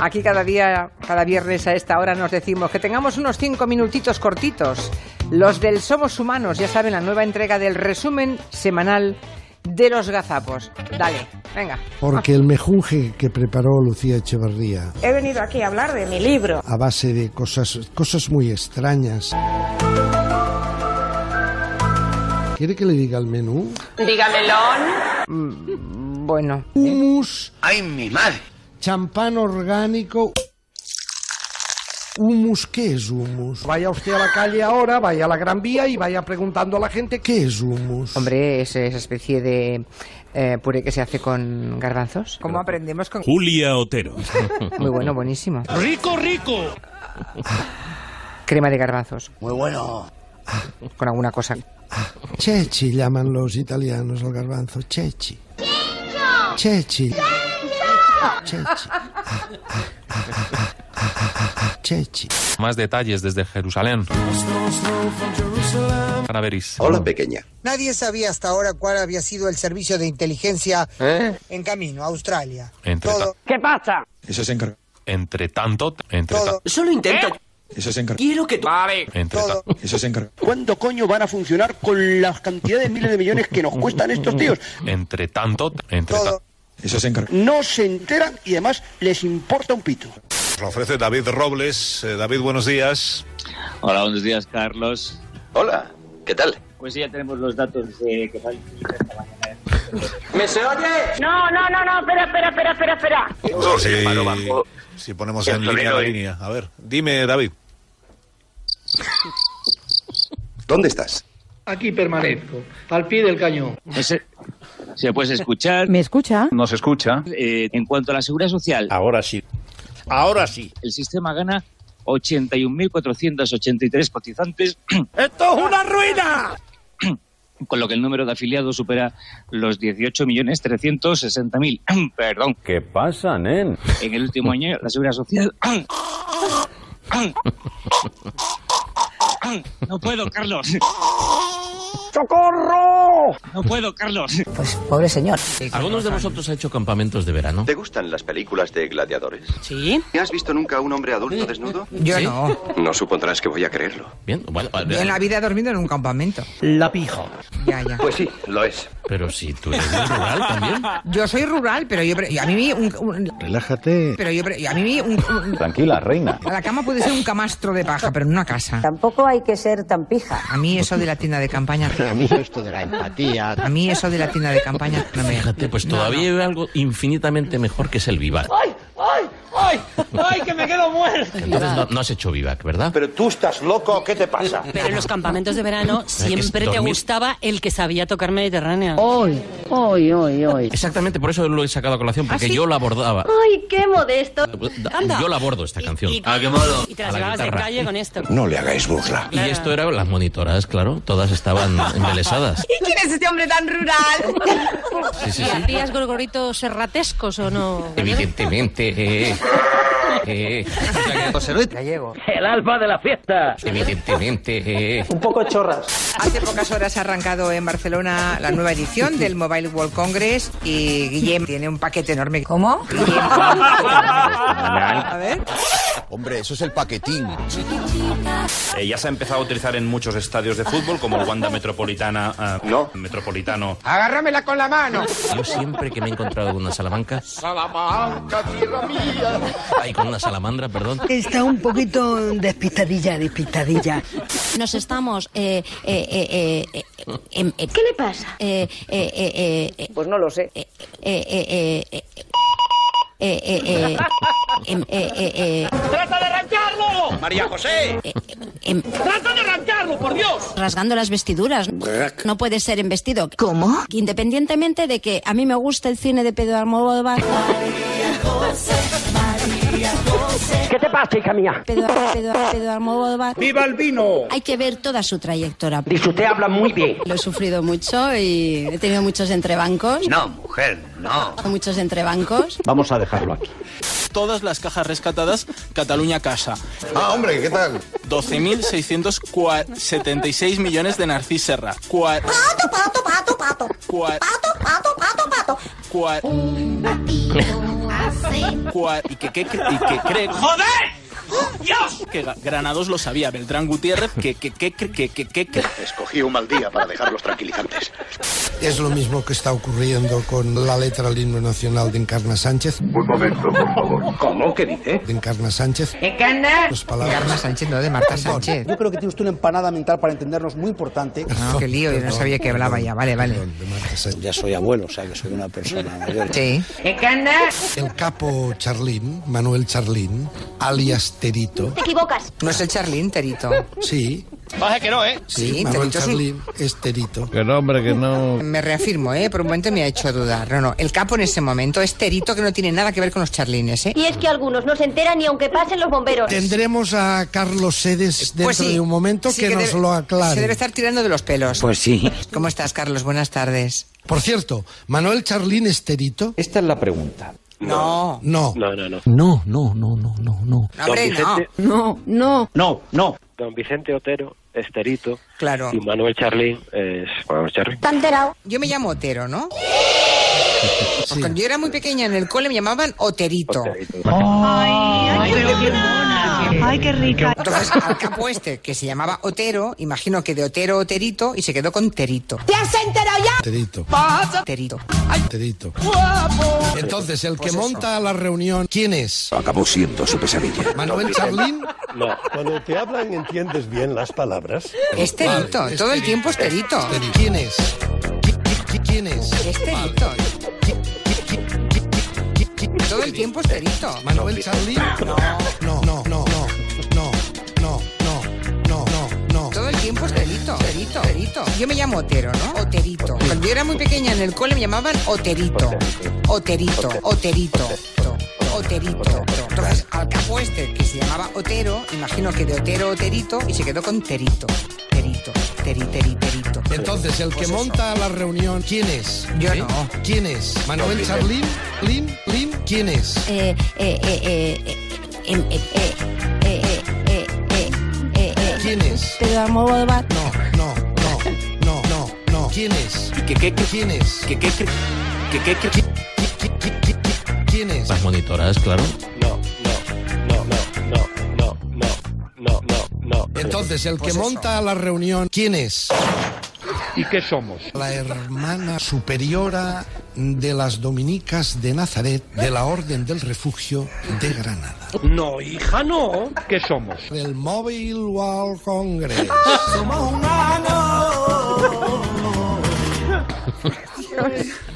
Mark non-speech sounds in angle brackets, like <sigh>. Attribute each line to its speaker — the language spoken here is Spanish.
Speaker 1: Aquí cada día, cada viernes a esta hora nos decimos que tengamos unos cinco minutitos cortitos. Los del Somos Humanos, ya saben, la nueva entrega del resumen semanal de los gazapos. Dale, venga.
Speaker 2: Porque el mejunje que preparó Lucía Echeverría
Speaker 3: He venido aquí a hablar de mi libro.
Speaker 2: a base de cosas, cosas muy extrañas. ¿Quiere que le diga el menú?
Speaker 3: Dígamelo.
Speaker 1: Bueno,
Speaker 2: Humus,
Speaker 4: ¡Ay, mi madre!
Speaker 2: champán orgánico. Humus, ¿qué es humus? Vaya usted a la calle ahora, vaya a la Gran Vía y vaya preguntando a la gente qué es humus.
Speaker 1: hombre, es esa especie de eh, puré que se hace con garbanzos. ¿Cómo aprendemos con...?
Speaker 5: Julia Otero.
Speaker 1: Muy bueno, buenísimo. ¡Rico, rico! Crema de garbanzos. Muy bueno. Con alguna cosa.
Speaker 2: Chechi llaman los italianos al garbanzo. Chechi. Chechi. Chechi. Chechi.
Speaker 6: Más detalles desde Jerusalén. Canaveris.
Speaker 4: Hola, pequeña.
Speaker 7: Nadie sabía hasta ahora cuál había sido el servicio de inteligencia en camino a Australia.
Speaker 6: Entre
Speaker 7: Todo,
Speaker 8: Eso se encarga.
Speaker 6: Entre tanto, entre tanto,
Speaker 7: todo,
Speaker 9: Solo intento.
Speaker 8: Eso se encarga.
Speaker 9: Quiero que tú. ¿Eh? Vale.
Speaker 6: entre
Speaker 7: todo.
Speaker 6: ta-
Speaker 8: Eso se encarga.
Speaker 4: ¿Cuándo coño van a funcionar con las cantidades de miles de millones que nos cuestan estos tíos?
Speaker 6: entre tanto, entre ta-
Speaker 7: Todo.
Speaker 8: Eso se encarga.
Speaker 4: No se enteran y además les importa un pito.
Speaker 5: Lo ofrece David Robles. Eh, David, buenos días.
Speaker 10: Hola, buenos días, Carlos.
Speaker 4: Hola, ¿qué tal?
Speaker 10: Pues ya tenemos los datos de que salen esta mañana.
Speaker 3: No, no, no, no, espera, espera, espera, espera, espera.
Speaker 5: Si-
Speaker 4: Paro bajo.
Speaker 5: si ponemos
Speaker 4: El
Speaker 5: en línea
Speaker 4: sonido
Speaker 5: la
Speaker 4: de-
Speaker 5: línea. A ver, dime, David.
Speaker 4: ¿Dónde estás?
Speaker 7: Aquí permanezco, al pie del cañón.
Speaker 10: No sé si me puedes escuchar.
Speaker 11: ¿Me escucha?
Speaker 8: Nos escucha.
Speaker 10: Eh, en cuanto a la seguridad social,
Speaker 9: Ah,
Speaker 8: Ahora sí. Ahora sí.
Speaker 10: el sistema gana 81.483 cotizantes, <clears throat>
Speaker 8: ¡Esto es una ruina!
Speaker 10: con lo que el número de afiliados supera los 18.360.000. <clears throat> Perdón.
Speaker 9: ¿Qué pasa, nen?
Speaker 10: En el último año, la seguridad social. <clears throat> No puedo, Carlos. ¡Socorro! No puedo, Carlos.
Speaker 11: Pues pobre señor.
Speaker 9: ¿Algunos de vosotros ha hecho campamentos de verano?
Speaker 4: ¿Te gustan las películas de gladiadores?
Speaker 11: Sí.
Speaker 4: ¿Has visto nunca a un hombre
Speaker 8: <laughs>
Speaker 4: adulto desnudo?
Speaker 1: Yo no.
Speaker 4: No supondrás que voy a creerlo.
Speaker 9: Bien, bueno,
Speaker 1: Yo en la vida he dormido en un campamento.
Speaker 8: La pija.
Speaker 1: Ya, ya.
Speaker 4: Pues sí, lo es.
Speaker 9: pero si tú eres muy rural también.
Speaker 1: Yo soy rural, pero yo... pre- A mí un- un,
Speaker 8: Relájate.
Speaker 1: Pero yo, pero a mí un- un-
Speaker 8: Tranquila, reina.
Speaker 1: la cama puede ser un camastro de paja, pero no una casa.
Speaker 11: Tampoco hay que ser tan pija.
Speaker 1: A mí eso de la tienda de campaña,
Speaker 7: A mí esto de la empatía.
Speaker 1: a mí eso de la tienda de campaña no me.
Speaker 9: Fíjate, pues
Speaker 1: No,
Speaker 9: todavía hay algo infinitamente mejor que es el vivac.
Speaker 7: ¡Ay, ay, ay! ¡Ay, que me quedo muerto!
Speaker 9: Entonces no, no has hecho vivac, ¿verdad?
Speaker 4: Pero tú estás loco, ¿qué te pasa?
Speaker 11: Pero en los campamentos de verano siempre te
Speaker 9: dormir.
Speaker 11: gustaba el que sabía tocar Mediterránea.
Speaker 9: Exactamente, por eso lo he sacado a colación, porque yo la abordaba.
Speaker 3: Ay, qué modesto.
Speaker 9: Yo la abordo esta canción.
Speaker 11: Y, y te
Speaker 9: A
Speaker 11: las
Speaker 9: la
Speaker 11: llevabas de
Speaker 9: guitarra.
Speaker 11: calle con esto.
Speaker 4: No le hagáis burla.
Speaker 9: Y esto era las monitoras, claro, todas estaban embelesadas.
Speaker 3: ¿Y quién es este hombre tan rural?
Speaker 9: Sí, sí,
Speaker 11: ¿Y
Speaker 9: sí.
Speaker 11: hacías gorgoritos serratescos o no?
Speaker 9: Evidentemente. eh, eh. O sea que-
Speaker 1: Gallego.
Speaker 10: El alba de la fiesta.
Speaker 9: Evidentemente. eh.
Speaker 1: Hace pocas horas ha arrancado en Barcelona la nueva edición del Mobile World Congress y Guillem tiene un paquete enorme. ¿Cómo? A ver.
Speaker 4: Hombre, eso es el paquetín.
Speaker 5: Eh, ya se ha empezado a utilizar en muchos estadios de fútbol, como el Wanda Metropolitana, ah,
Speaker 4: No.
Speaker 5: Metropolitano.
Speaker 7: ¡Agárramela con la mano!
Speaker 9: Yo siempre que me he encontrado con una salamanca. Salamanca, tierra mía. Ay, con una salamandra, perdón.
Speaker 11: Está un poquito despistadilla, despistadilla. Nos estamos... Eh, eh, eh, eh, eh, em, eh,
Speaker 3: ¿Qué le pasa?
Speaker 11: eh, eh, eh, eh,
Speaker 1: Pues no lo sé.
Speaker 11: eh, eh, eh, eh, eh, eh, eh, eh, em, eh, eh, eh,
Speaker 3: ¡Trata de arrancarlo!
Speaker 4: María José.
Speaker 11: em,
Speaker 3: ¡Trata de arrancarlo, por Dios!
Speaker 11: rasgando las vestiduras. No puede ser en vestido. ¿Cómo? Independientemente de que a mí me gusta el cine de Pedro Almodóvar.
Speaker 7: ¿Qué te pasa, hija mía?
Speaker 11: Pedro, Pedro, Pedro Almodóvar.
Speaker 7: ¡Viva el vino!
Speaker 11: Hay que ver toda su trayectoria.
Speaker 7: Dice, usted habla muy bien.
Speaker 11: Lo he sufrido mucho y he tenido muchos entrebancos.
Speaker 4: No, mujer, no.
Speaker 11: Muchos entrebancos.
Speaker 4: Vamos a dejarlo aquí.
Speaker 7: Todas las cajas rescatadas, Cataluña Casa.
Speaker 4: Ah, hombre, ¿qué tal?
Speaker 7: 12.676 millones de Narcís Serra. Cua-
Speaker 3: Pato, pato, pato.
Speaker 7: cua-
Speaker 3: Pato, pato, pato, pato.
Speaker 7: cua-
Speaker 3: Un batido
Speaker 12: cua- y que, que- y que cree... ¡Joder! ¡Dios! Que Ga- Granados lo sabía, Beltrán Gutiérrez, que, que, que, que, que, que, que, Escogí un mal día para dejarlos tranquilizantes.
Speaker 13: Es lo mismo que está ocurriendo con la letra al himno nacional de Encarna Sánchez. Un momento, por favor. ¿Cómo? ¿Qué dice? De Encarna Sánchez.
Speaker 1: Encarna.
Speaker 13: Las palabras. Encarna
Speaker 1: Sánchez, no de Marta Sánchez.
Speaker 13: Yo creo que tiene usted una empanada mental para entendernos muy importante.
Speaker 1: No, qué lío, yo no sabía que hablaba ya. Vale, vale.
Speaker 13: Ya soy abuelo, o sea que soy una persona mayor.
Speaker 1: Sí. Encarna.
Speaker 13: El capo Charlín, Manuel Charlín, alias Terito.
Speaker 1: equivocas. No es el Charlín, Terito.
Speaker 13: Sí,
Speaker 12: Baje que no, ¿eh?
Speaker 13: sí,
Speaker 1: Sí,
Speaker 13: Manuel
Speaker 1: Terito es un-
Speaker 13: Charlín es Terito.
Speaker 1: Que no, hombre, que no. Me reafirmo, ¿eh? Por un momento me ha hecho dudar. No, no. El capo en ese momento es Terito, que no tiene nada que ver con los charlines, ¿eh?
Speaker 14: Y es que algunos no se enteran ni aunque pasen los bomberos.
Speaker 13: Tendremos a Carlos Sedes dentro
Speaker 1: Pues sí,
Speaker 13: de un momento
Speaker 1: sí
Speaker 13: que,
Speaker 1: que
Speaker 13: nos
Speaker 1: debe-
Speaker 13: lo
Speaker 1: Se debe
Speaker 13: aclare.
Speaker 1: estar tirando de los pelos. Pues sí. ¿Cómo estás, Carlos? Buenas tardes.
Speaker 13: Por cierto, Manuel Charlín es Terito. Esta es la pregunta.
Speaker 1: No.
Speaker 13: No.
Speaker 15: No, no, no.
Speaker 13: No, no, no, no, no, no.
Speaker 1: Hombre, no.
Speaker 11: No, no.
Speaker 15: No, no. Don Vicente Otero, Esterito.
Speaker 1: Claro.
Speaker 15: Y Manuel Charlín es Manuel Charlín.
Speaker 1: Yo me llamo Otero, ¿no? Pues cuando yo era muy pequeña en el cole me llamaban Oterito.
Speaker 12: Oh.
Speaker 3: Ay, pero qué mona. Ay, qué rica.
Speaker 1: Entonces, al capo este, que se llamaba Otero, imagino que de Otero, Oterito, y se quedó con Terito.
Speaker 3: ¿Te has enterado ya?
Speaker 13: Terito.
Speaker 1: Terito.
Speaker 13: Terito.
Speaker 3: Guapo.
Speaker 13: Entonces, el
Speaker 1: Pues
Speaker 13: que
Speaker 1: eso.
Speaker 13: monta la reunión, ¿quién es?
Speaker 16: Acabó siendo su pesadilla.
Speaker 13: ¿Manuel Charlín?
Speaker 16: No. Cuando te hablan, ¿entiendes bien las palabras?
Speaker 1: Es Terito, todo el tiempo es Terito.
Speaker 13: ¿Quién es? ¿Quién es?
Speaker 1: Es Terito. Todo el tiempo es Terito.
Speaker 13: ¿Manuel Charlín? No, no, no, no, no, no, no, no, no, no, no.
Speaker 1: Todo el tiempo es Terito, Terito, Terito. Yo me llamo Otero, ¿no? Oterito. Cuando yo era muy pequeña en el cole me llamaban Oterito. Oterito, Oterito, Oterito. Entonces, al capo este, que se llamaba Otero, imagino que de Otero, Oterito, y se quedó con Terito. Terito, Teri, Teri, Terito.
Speaker 13: Entonces, el que
Speaker 1: Pues eso.
Speaker 13: monta la reunión, ¿quién es?
Speaker 1: Yo
Speaker 13: ¿Eh?
Speaker 1: no.
Speaker 13: ¿Quién es? ¿Manuel
Speaker 1: No,
Speaker 13: Charlín? ¿Lin? ¿Lin? ¿Quién es?
Speaker 11: Eh, eh, eh, eh, eh, em, eh, eh, eh, eh, eh, eh, eh, eh.
Speaker 13: ¿Quién es?
Speaker 11: Pedro Almodóvar.
Speaker 13: No, no, no, no, no, no. ¿Quién es?
Speaker 12: que, que, que,
Speaker 13: ¿Quién es?
Speaker 12: que, que, que, que, que, que,
Speaker 13: ¿Quién es?
Speaker 6: Las monitoras, claro.
Speaker 15: No, no, no, no, no, no, no, no, no, no.
Speaker 13: Entonces, el que monta la reunión, ¿quién es? ¿Y qué somos? La hermana superiora de las dominicas de Nazaret, de la Orden del Refugio de Granada.
Speaker 16: No, hija, no. ¿Qué somos?
Speaker 13: Del Mobile World Congress.
Speaker 3: Somos humanos.